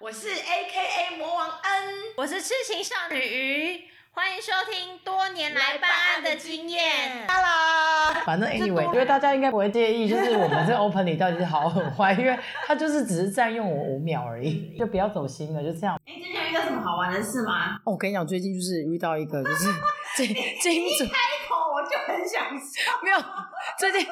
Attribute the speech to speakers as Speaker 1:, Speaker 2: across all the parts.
Speaker 1: 我是 A K A 魔王恩，
Speaker 2: 我是痴情少女鱼，欢迎收听多年来办案的经验。
Speaker 3: 反正
Speaker 1: 多
Speaker 3: anyway，
Speaker 1: 了
Speaker 3: 因为大家应该不会介意，就是我们这 open 里到底是好很坏，因为它就是只是占用我五秒而已，就不要走心了，就这样。
Speaker 1: 哎，最近有遇到什么好玩的事吗？
Speaker 3: 哦，我跟你讲，最近就是遇到一个就是 金金主，
Speaker 1: 开头哦我就很想笑，
Speaker 3: 没有，最近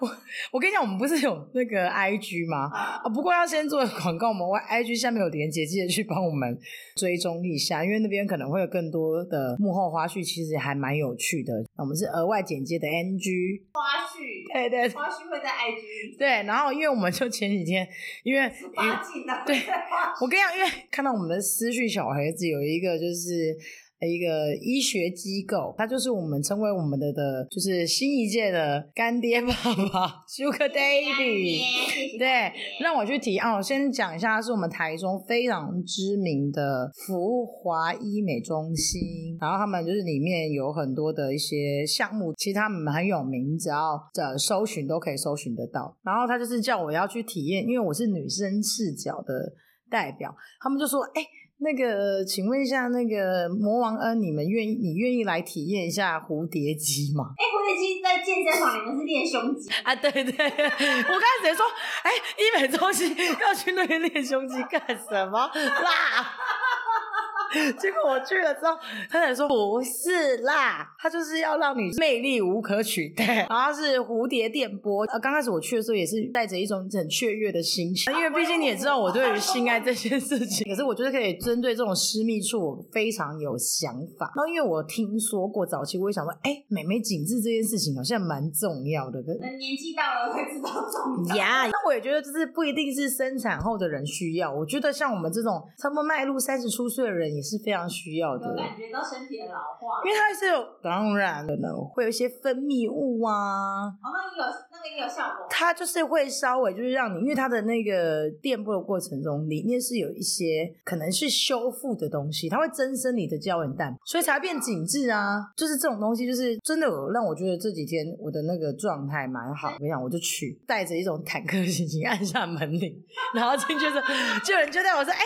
Speaker 3: 我我跟你讲，我们不是有那个 IG 吗？啊，不过要先做广告嘛，我 IG 下面有连接，记得去帮我们追踪一下，因为那边可能会有更多的幕后花絮，其实还蛮有趣的。我们是额外剪接的 NG，
Speaker 1: 花絮，
Speaker 3: 对对对
Speaker 1: 花絮会在 IG
Speaker 3: 对，然后因为我们就前几天，因为
Speaker 1: 十八禁的，
Speaker 3: 对
Speaker 1: 花絮
Speaker 3: 我跟你讲，因为看到我们的私讯小孩子有一个就是。呃一个医学机构，它就是我们称为我们的的，就是新一届的干爹爸爸 Sugar Daddy。对，让我去提哦。先讲一下，是我们台中非常知名的福华医美中心，然后他们就是里面有很多的一些项目，其实他们很有名，只要呃搜寻都可以搜寻得到。然后他就是叫我要去体验，因为我是女生视角的代表，他们就说：“哎、那个，请问一下，那个魔王恩，你们愿意你愿意来体验一下蝴蝶肌吗？”
Speaker 1: 哎，蝴蝶机在健身房里面是练胸肌，
Speaker 3: 啊，对 对，我刚才直说，哎、医美中心要去那边练胸肌干什么啦？ 结果我去了之后，他才说不是啦，他就是要让你魅力无可取代，然后是蝴蝶电波。呃，刚开始我去的时候也是带着一种很雀跃的心情，因为毕竟你也知道我对于性爱这些事情，可是我觉得可以针对这种私密处，我非常有想法。然后因为我听说过早期，我也想说，哎、美眉紧致这件事情好像蛮重要的，可
Speaker 1: 等年纪到了会知道重要。
Speaker 3: 呀，那我也觉得就是不一定是生产后的人需要，我觉得像我们这种差不多迈入三十出岁的人也是非常需要的
Speaker 1: 有，感觉到身体的老化，哦
Speaker 3: 因为它是有当然可能会有一些分泌物啊，
Speaker 1: 好像也有那个也有效果。
Speaker 3: 它就是会稍微就是让你，因为它的那个电波的过程中，里面是有一些可能是修复的东西，它会增生你的胶原蛋白，所以才会变紧致啊。就是这种东西，就是真的有让我觉得这几天我的那个状态蛮好。我跟你讲，我就去带着一种坦克心情按下门铃，然后进去之后，就有人就带我说：“哎、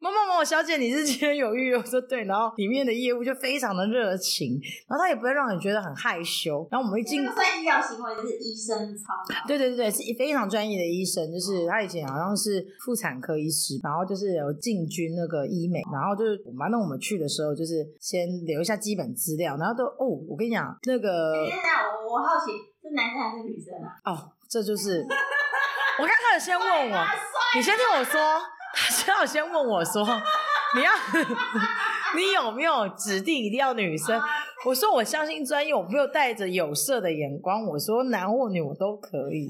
Speaker 3: 某某某小姐，你是今天有预约？我说对，然后里面的业务就非常的热情，然后他也不会让你觉得很害羞。然后我们一进
Speaker 1: 这个算医疗行为，就是医生操劳。
Speaker 3: 对对对对，是一非常专业的医生，就是他以前好像是妇产科医师，然后就是有进军那个医美，然后就是我妈那我们去的时候，就是先留一下基本资料，然后都哦，我跟你讲那个
Speaker 1: 等一下，我我好奇，是男生还是女生啊？
Speaker 3: 哦，这就是我刚开始先问我，你先听我说，他先要先问我说，你要 你有没有指定一定要女生？我说我相信专业，我没有带着有色的眼光，我说男或女我都可以。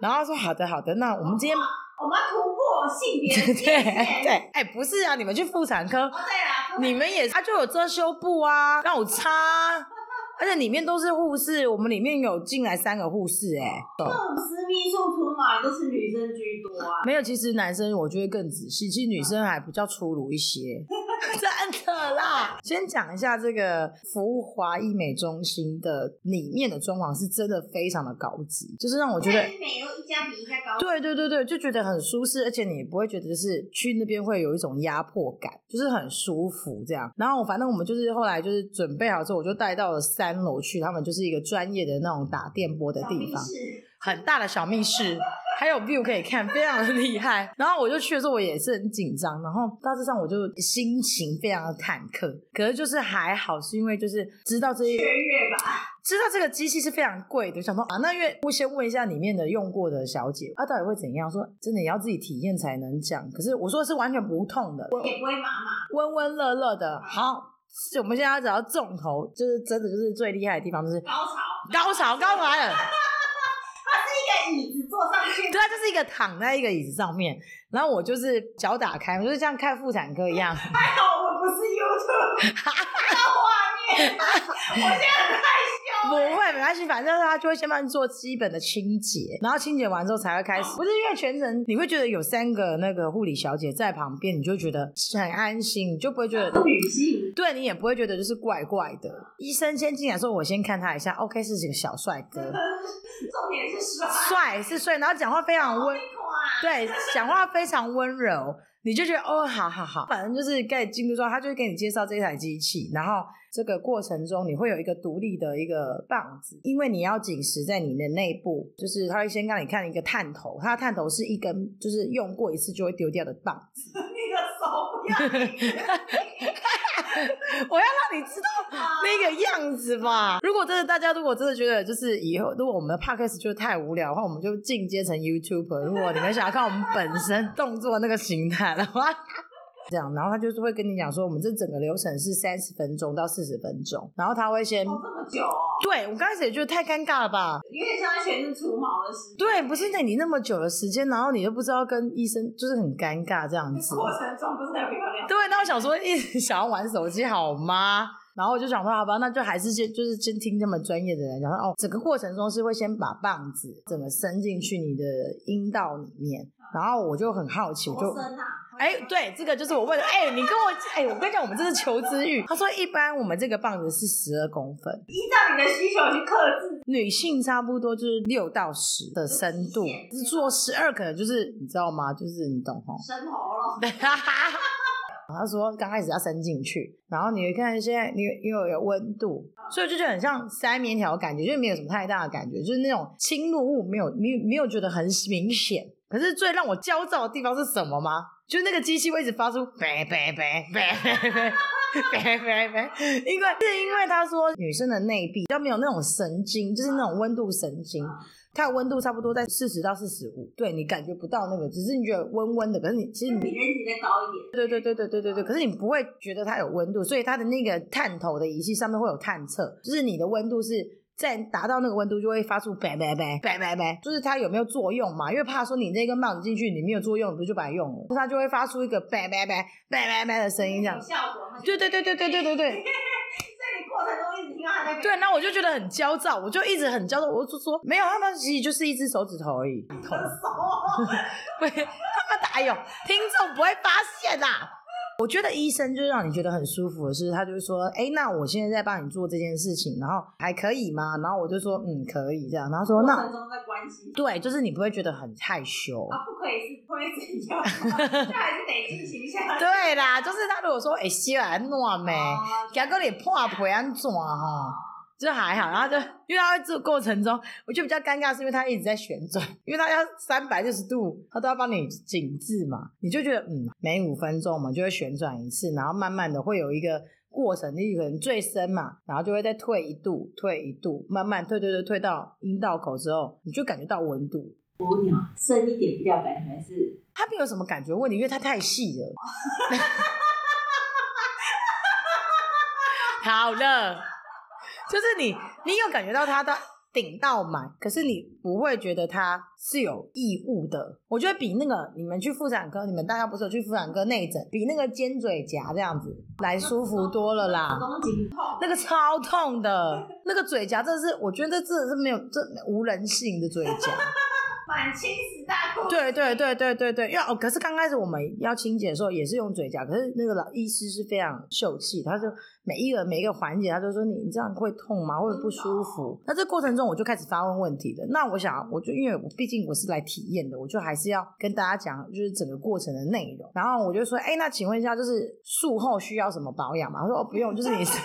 Speaker 3: 然后他说好的好的，那我们今天
Speaker 1: 我们要突破性别的界
Speaker 3: 对
Speaker 1: 限。
Speaker 3: 对，哎、不是啊，你们去妇产科，
Speaker 1: 哦，对啦，不
Speaker 3: 你们也啊就有遮羞布啊，让我擦啊、而且里面都是护士，我们里面有进来三个护士、哎，
Speaker 1: 这种私密处除毛都是女生居多啊。
Speaker 3: 没有，其实男生我觉得更仔细，其实女生还比较粗鲁一些， 真的啦。 先讲一下这个福华医美中心的里面的装潢是真的非常的高级，就是让我觉得
Speaker 1: 但。是美又一家比一家高。
Speaker 3: 对对对对，就觉得很舒适，而且你也不会觉得就是去那边会有一种压迫感，就是很舒服这样。然后反正我们就是后来就是准备好之后，我就带到了三楼去，他们就是一个专业的那种打电波的
Speaker 1: 小
Speaker 3: 地
Speaker 1: 密
Speaker 3: 方。
Speaker 1: 室，
Speaker 3: 很大的小密室，还有 view 可以看，非常的厉害。然后我就去的时候，我也是很紧张，然后大致上我就心情非常的忐忑。可是就是还好，是因为就是知道这些，
Speaker 1: 雀跃吧。
Speaker 3: 知道这个机器是非常贵的，想说啊，那因为我先问一下里面的用过的小姐，啊到底会怎样？说真的，也要自己体验才能讲。可是我说的是完全不痛的，
Speaker 1: 也不会麻麻。
Speaker 3: 温温热热的。好，我们现在要找到重头，就是真的就是最厉害的地方，就是
Speaker 1: 高潮，
Speaker 3: 高潮高潮来了。
Speaker 1: 那个椅子坐上去，
Speaker 3: 对，他啊就是一个躺在一个椅子上面，然后我就是脚打开，我就像看妇产科一样，
Speaker 1: 还好我不是 YouTube，看到画面，我现在很害羞。
Speaker 3: 不会没关系，反正他就会先帮你做基本的清洁，然后清洁完之后才会开始。不是因为全程你会觉得有三个那个护理小姐在旁边，你就觉得很安心，你就不会觉得
Speaker 1: 女性，
Speaker 3: 对你也不会觉得就是怪怪的。医生先进来说，我先看他一下，OK 是几个小帅哥，
Speaker 1: 重点是帅，
Speaker 3: 帅是帅，然后讲话非常温
Speaker 1: 那。个啊，
Speaker 3: 对，讲话非常温柔，你就觉得哦，好好好，反正就是盖进入之后，他就会给你介绍这台机器，然后这个过程中你会有一个独立的一个棒子，因为你要紧实在你的内部，就是他会先让你看一个探头，它的探头是一根就是用过一次就会丢掉的棒，
Speaker 1: 那个手不要
Speaker 3: 我要让你知道
Speaker 1: 啊
Speaker 3: 那个样子吧。如果真的大家如果真的觉得就是以后如果我们的 podcast 就太无聊的话，我们就进阶成 YouTuber。如果你们想要看我们本身动作那个形态的话。 这样，然后他就是会跟你讲说，我们这整个流程是三十分钟到四十分钟，然后他会先，
Speaker 1: 这么久哦，
Speaker 3: 对我刚开始也觉得太尴尬了吧，
Speaker 1: 有点像在全身除毛的时间。
Speaker 3: 对，不是在你那么久的时间，然后你又不知道跟医生，就是很尴尬这样子。
Speaker 1: 过程中不是很漂亮。
Speaker 3: 对，那我想说一直 想要玩手机好吗？然后我就想说，好吧，那就还是先就是先听他们专业的人讲说，哦，整个过程中是会先把棒子整个伸进去你的阴道里面，然后我就很好奇，我就
Speaker 1: 多深啊？
Speaker 3: 哎，对，这个就是我问的，哎，你跟我哎，我跟你讲，我们这是求知欲。他说一般我们这个棒子是十二公分，
Speaker 1: 依照你的需求去克制。
Speaker 3: 女性差不多就是六到十的深度，是做十二可能就是你知道吗？就是你懂吼。
Speaker 1: 生喉咙，
Speaker 3: 他说刚开始要伸进去，然后你看现在你又有温度，所以就觉得很像塞棉条的感觉，就是没有什么太大的感觉，就是那种侵入物没有没有没有觉得很明显。可是最让我焦躁的地方是什么吗？就是那个机器会一直发出“呗呗呗呗呗呗呗呗呗”，因为是因为他说女生的内壁比较没有那种神经，就是那种温度神经，它的温度差不多在四十到四十五，对你感觉不到那个，只是你觉得温温的，可是你其实你
Speaker 1: 比人体再高一点。
Speaker 3: 对对对对对对对，可是你不会觉得它有温度，所以它的那个探头的仪器上面会有探测，就是你的温度是。在达到那个温度，就会发出叭叭叭叭叭叭，就是它有没有作用嘛？因为怕说你那根棒子进去，你没有作用，你不就白用了？它就会发出一个叭叭叭叭叭叭的声音，这样
Speaker 1: 有。效果吗？
Speaker 3: 对对对对对对对对
Speaker 1: 在你过程中一直听到他在
Speaker 3: 对，那我就觉得很焦躁，我就一直很焦躁，我就说没有，他们其实就是一只手指头而已，头
Speaker 1: 手，
Speaker 3: 不， 他们打有听众不会发现呐、我觉得医生就是让你觉得很舒服的是，他就会说：“哎、那我现在在帮你做这件事情，然后还可以吗？”然后我就说：“嗯，可以。”这样，然后
Speaker 1: 过
Speaker 3: 说：“那
Speaker 1: 程中在关系。
Speaker 3: 对，就是你不会觉得很害羞。
Speaker 1: 啊，不可以是不会怎样吗，这还是得进行一下。
Speaker 3: 对啦，就是他如果说：“哎、欸，西兰诺美，
Speaker 1: 哦
Speaker 3: 夹个脸破皮安怎哈？”就还好，然后就因为他在这个过程中，我就比较尴尬，是因为他一直在旋转， 因为他要三百六十度，他都要帮你紧致嘛，你就觉得嗯，每五分钟我们就会旋转一次，然后慢慢的会有一个过程，例如可能最深嘛，然后就会再退一度，退一度，慢慢退退退退到阴道口之后，你就感觉到温度，
Speaker 1: 深一点比较感觉是，
Speaker 3: 它没有什么感觉问题，因为它太细了。 好了，就是你，你有感觉到它的顶到满，可是你不会觉得它是有异物的。我觉得比那个你们去妇产科，你们大家不是有去妇产科内诊，比那个尖嘴夹这样子来舒服多了啦
Speaker 1: 子。宫颈痛，
Speaker 3: 那个超痛的，那个嘴夹真的是，我觉得这真的是没有这无人性的嘴夹。
Speaker 1: 满清十大酷
Speaker 3: 对对对对对对，因为哦，可是刚开始我们要清洁的时候也是用嘴夹，可是那个老医师是非常秀气，他就每一个每一个环节，他就说你你这样会痛吗？会不舒
Speaker 1: 嗯哦
Speaker 3: 服？那这过程中我就开始发问问题了。那我想，我就因为我毕竟我是来体验的，我就还是要跟大家讲就是整个过程的内容。然后我就说，哎，那请问一下，就是术后需要什么保养吗？他说哦不用，就是你 是。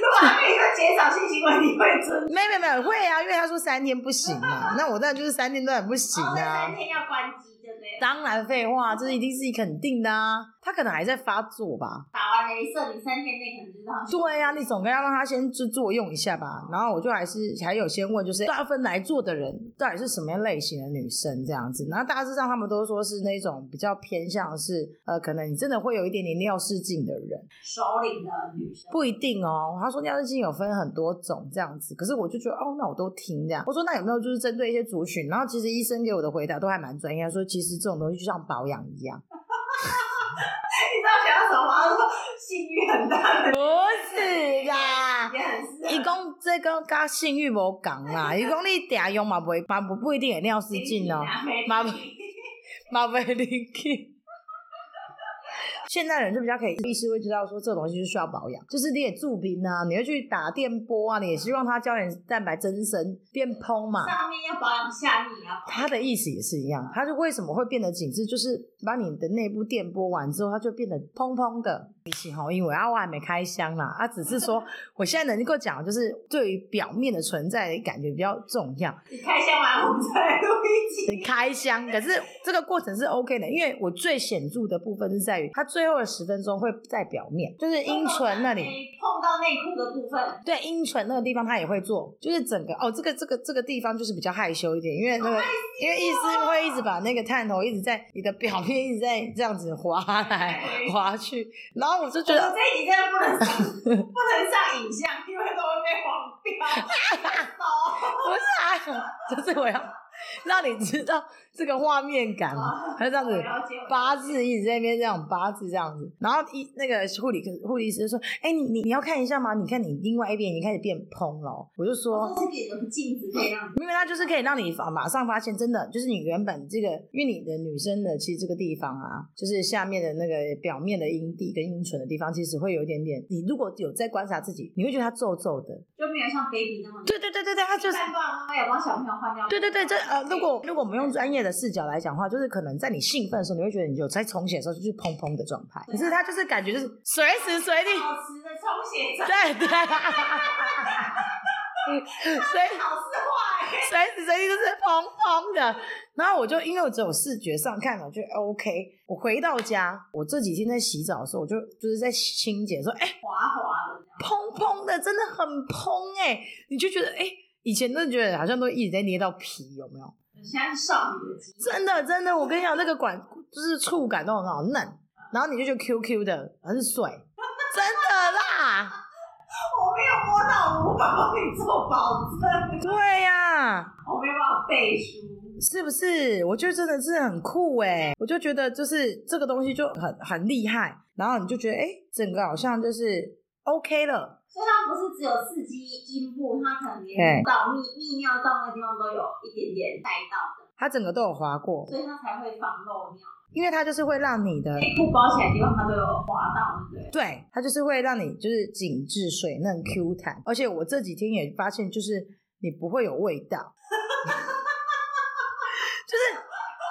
Speaker 1: 如果还没有减少性行为，你会尊
Speaker 3: 没有没有没有会啊，因为他说三天不行嘛，那我当然就是三天都很不行
Speaker 1: 哦，这
Speaker 3: 啊。
Speaker 1: 三天要关机，对不对？
Speaker 3: 当然废话，这一定是肯定的啊。他可能还在发作吧？
Speaker 1: 打完镭射，你三天内可能就让
Speaker 3: 对呀、啊，你总该要让他先就作用一下吧。然后我就还是还有先问，就是大部分来做的人到底是什么样类型的女生这样子？然后大致上他们都说是那种比较偏向是呃，可能你真的会有一点点尿失禁的人，
Speaker 1: 首领的女生。
Speaker 3: 不一定哦。他说尿失禁有分很多种这样子，可是我就觉得哦，那我都听这样。我说那有没有就是针对一些族群？然后其实医生给我的回答都还蛮专业，他说其实这种东西就像保养一样。
Speaker 1: 你知道想要什么吗？他说性欲很大的
Speaker 3: 不是啦，
Speaker 1: 也很适合
Speaker 3: 伊讲这个甲性欲无共啦，伊讲你定用嘛袂嘛不不一定会尿失
Speaker 1: 啊
Speaker 3: 禁哦，
Speaker 1: 男美女
Speaker 3: 妈妈嘛袂灵去。现代人就比较可以，医师会知道说这东西是需要保养，就是你也驻冰啊，你会去打电波啊，你也希望它胶原蛋白增生变蓬嘛。
Speaker 1: 上面要保养，下面也啊要保养。
Speaker 3: 它的意思也是一样，它就为什么会变得紧致，就是把你的内部电波完之后，它就变得蓬蓬的。一起哈，因为啊，我还没开箱啦，啊，只是说我现在能够讲，就是对于表面的存在感觉比较重要。
Speaker 1: 你开箱完，我们再来录一集。
Speaker 3: 开箱，可是这个过程是 OK 的，因为我最显著的部分是在于它最后的十分钟会在表面，就是阴唇那里。
Speaker 1: 哎碰到内裤的部分，
Speaker 3: 对阴唇那个地方，它也会做，就是整个哦，这个这个这个地方就是比较害哦羞一点，因为那个、因为医师会一直把那个探头一直在你的表面一直在这样子滑来滑去，然后我就觉
Speaker 1: 我
Speaker 3: 得
Speaker 1: 们这一集真的不能上，不能上影像，因为都会被黄 标。
Speaker 3: 不是啊，就是我要让你知道这个画面感嘛，他就这样
Speaker 1: 我
Speaker 3: 子
Speaker 1: 了解，我了解
Speaker 3: 八字一直在那边这样八字这样子，然后医那个护理科护理师就说：“哎、你你你要看一下吗？你看你另外一边已经开始变蓬了哦。”我就说。
Speaker 1: 这是给有镜子可以让你
Speaker 3: 因为它就是可以让你马马上发现，真的就是你原本这个，因为你的女生的其实这个地方啊，就是下面的那个表面的阴蒂跟阴唇的地方，其实会有一点点。你如果有在观察自己，你会觉得它皱皱的。
Speaker 1: 就没有像 baby 那么。
Speaker 3: 对对对对对，它就是
Speaker 1: 但爸爸妈妈有帮小朋友换掉。
Speaker 3: 对对对，这呃，如果如果我们用专业的视角来讲话，就是可能在你兴奋的时候，你会觉得你有在重写的时候就是砰砰的状态，可是它就是感觉就是随时随地，
Speaker 1: 保持的充血症，
Speaker 3: 对对，随
Speaker 1: 好是坏。
Speaker 3: 随时随地就是砰砰的。然后我就因为我只有视觉上看了，我觉得 OK。我回到家，我这几天在洗澡的时候，我就就是在清洁说，哎、
Speaker 1: 滑滑的，
Speaker 3: 砰砰的，真的很砰哎、你就觉得哎、以前都觉得好像都一直在捏到皮，有没有？
Speaker 1: 现在是少女的肌肉，
Speaker 3: 真的真的，我跟你讲，那个管就是触感都很好嫩，然后你就觉得 Q Q 的很水，真的啦，
Speaker 1: 我没有摸到，我无法帮你做保证，
Speaker 3: 对呀、
Speaker 1: 我没有办法背书。
Speaker 3: 是不是？我觉得真的是很酷哎，我就觉得就是这个东西就很很厉害，然后你就觉得哎、整个好像就是 OK 了，
Speaker 1: 所以它不是只有刺激阴部，它可能连到泌泌尿道那地方都有一点点带到的，
Speaker 3: 它整个都有滑过，
Speaker 1: 所以它才会防漏尿。
Speaker 3: 因为它就是会让你的。
Speaker 1: 内裤包起来的地方它都有滑到，对不对？
Speaker 3: 对，它就是会让你就是紧致、水嫩、Q 弹，而且我这几天也发现，就是你不会有味道，就是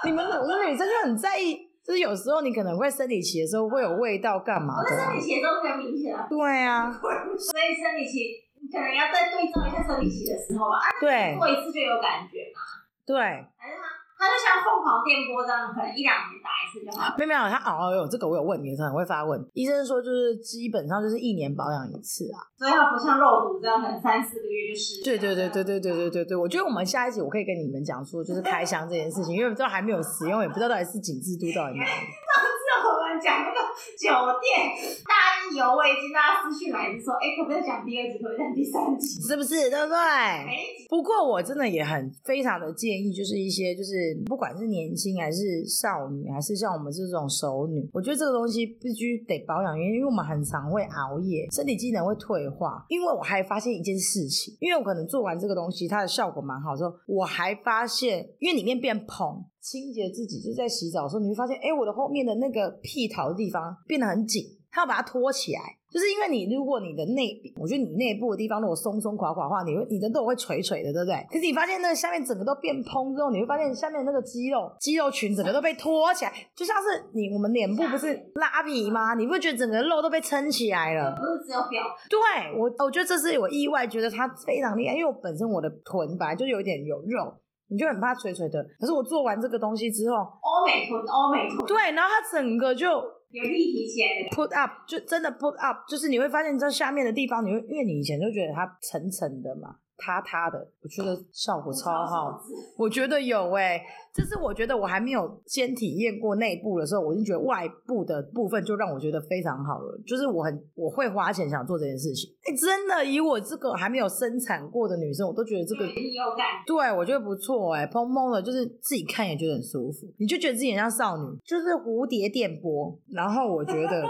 Speaker 3: 你们我们女生就很在意，就是有时候你可能会生理期的时候会有味道干嘛
Speaker 1: 我
Speaker 3: 的
Speaker 1: 在
Speaker 3: 啊、
Speaker 1: 生理期都很明显啊，
Speaker 3: 对啊，
Speaker 1: 所以生理期你可能要再对照一下生理期的时候吧，啊，
Speaker 3: 对
Speaker 1: 做一次就有感觉嘛。
Speaker 3: 对，
Speaker 1: 还是它它就像凤凰电波这样，可能一两年打一次就好了。
Speaker 3: 没有没有，他哦有这个我有问你，可能会发问。医生说就是基本上就是一年保养一次啊。
Speaker 1: 所以它不像肉毒这样，可能三四个月就失效
Speaker 3: 对
Speaker 1: 了。
Speaker 3: 对对对对对对对对，我觉得我们下一集我可以跟你们讲说就是开箱这件事情，因为都还没有使用，也不知道到底是紧致度到底哪里。
Speaker 1: 是我们讲那个酒店，大家意犹未尽，大家私讯来就说，哎、可不可以讲第二集，可不可以讲第三集？
Speaker 3: 是不是？对不
Speaker 1: 每
Speaker 3: 对？
Speaker 1: 一集
Speaker 3: 不过我真的也很非常的建议，就是一些就是不管是年轻还是少女，还是像我们这种熟女，我觉得这个东西必须得保养，因为因为我们很常会熬夜，身体机能会退化。因为我还发现一件事情，因为我可能做完这个东西，它的效果蛮好之后，我还发现因为里面变蓬。清洁自己，就是在洗澡的时候，你会发现，哎、我的后面的那个屁桃的地方变得很紧，它要把它托起来，就是因为你如果你的内，我觉得你内部的地方如果松松垮垮的话，你会你的肉会垂垂的，对不对？可是你发现那个下面整个都变蓬之后，你会发现下面那个肌肉肌肉群整个都被拖起来，就像是你我们脸部不是拉皮吗？你不会觉得整个肉都被撑起来了？
Speaker 1: 不是只有表
Speaker 3: 对我，我觉得这是我意外觉得它非常厉害，因为我本身我的臀本来就有一点有肉，你就很怕垂垂的。可是我做完这个东西之后，
Speaker 1: 欧美臀，欧美臀
Speaker 3: 对，然后它整个就
Speaker 1: 有立体起来的
Speaker 3: put up，就真的 put up，就是你会发现你知道下面的地方，你会因为你以前就觉得它沉沉的嘛。塌塌的，我觉得效果超好，我觉得有哎、这是我觉得我还没有先体验过内部的时候，我就觉得外部的部分就让我觉得非常好了，就是我很我会花钱想做这件事情，哎、真的以我这个还没有生产过的女生，我都觉得这个
Speaker 1: 你有感觉。
Speaker 3: 对，我觉得不错哎、蓬蓬的，就是自己看也觉得很舒服，你就觉得自己很像少女，就是蝴蝶电波。然后我觉得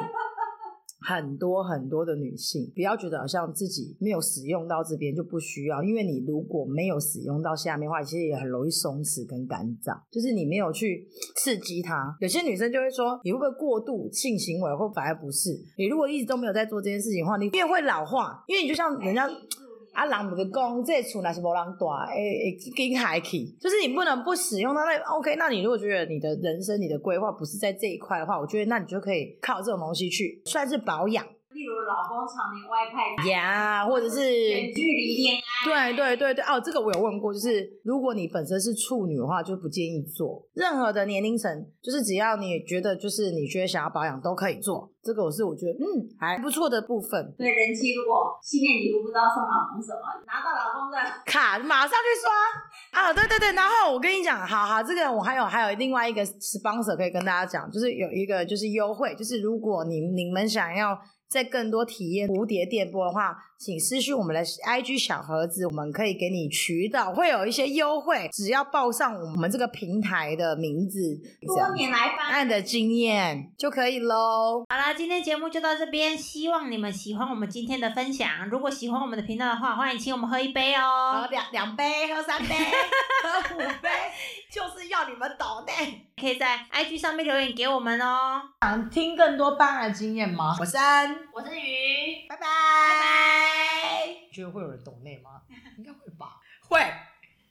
Speaker 3: 很多很多的女性，不要觉得好像自己没有使用到这边就不需要，因为你如果没有使用到下面的话，其实也很容易松弛跟干燥，就是你没有去刺激它。有些女生就会说，你会不会过度性行为，或反而不是？你如果一直都没有在做这件事情的话，你越会老化，因为你就像人家。啊，人就讲，这厝若是无人住，哎诶诶，跟海去，就是你不能不使用它。那 OK，那你如果觉得你的人生、你的规划不是在这一块的话，我觉得那你就可以靠这种东西去算是保养
Speaker 1: 例如老公常年外派，
Speaker 3: 呀或者是
Speaker 1: 远距离恋爱，
Speaker 3: 对对对对，哦，这个我有问过，就是如果你本身是处女的话，就不建议做任何的年龄层，就是只要你觉得就是你觉得想要保养都可以做，这个我是我觉得嗯还不错的部分。
Speaker 1: 所以人妻如果新年礼物不知道送老公什么，拿到老公的
Speaker 3: 卡马上去刷啊！对对对，然后我跟你讲，好好，这个我还有还有另外一个 sponsor 可以跟大家讲，就是有一个就是优惠，就是如果你你们想要再更多体验蝴蝶电波的话，请私讯我们的 IG 小盒子，我们可以给你渠道，会有一些优惠，只要报上我们这个平台的名字，这
Speaker 1: 多
Speaker 3: 样
Speaker 1: 年来发
Speaker 3: 按的经验就可以喽。
Speaker 2: 好啦，今天节目就到这边，希望你们喜欢我们今天的分享。如果喜欢我们的频道的话，欢迎请我们喝一杯
Speaker 3: 喝
Speaker 2: 哦。
Speaker 3: 两两杯，喝三杯，喝五杯，就是要你们懂内。
Speaker 2: 可以在 IG 上面留言给我们哦。
Speaker 3: 听更多办案经验吗？我是安，
Speaker 1: 我是鱼，
Speaker 3: 拜拜。
Speaker 1: 拜拜。
Speaker 3: 觉得会有人懂内吗？应该会吧。会。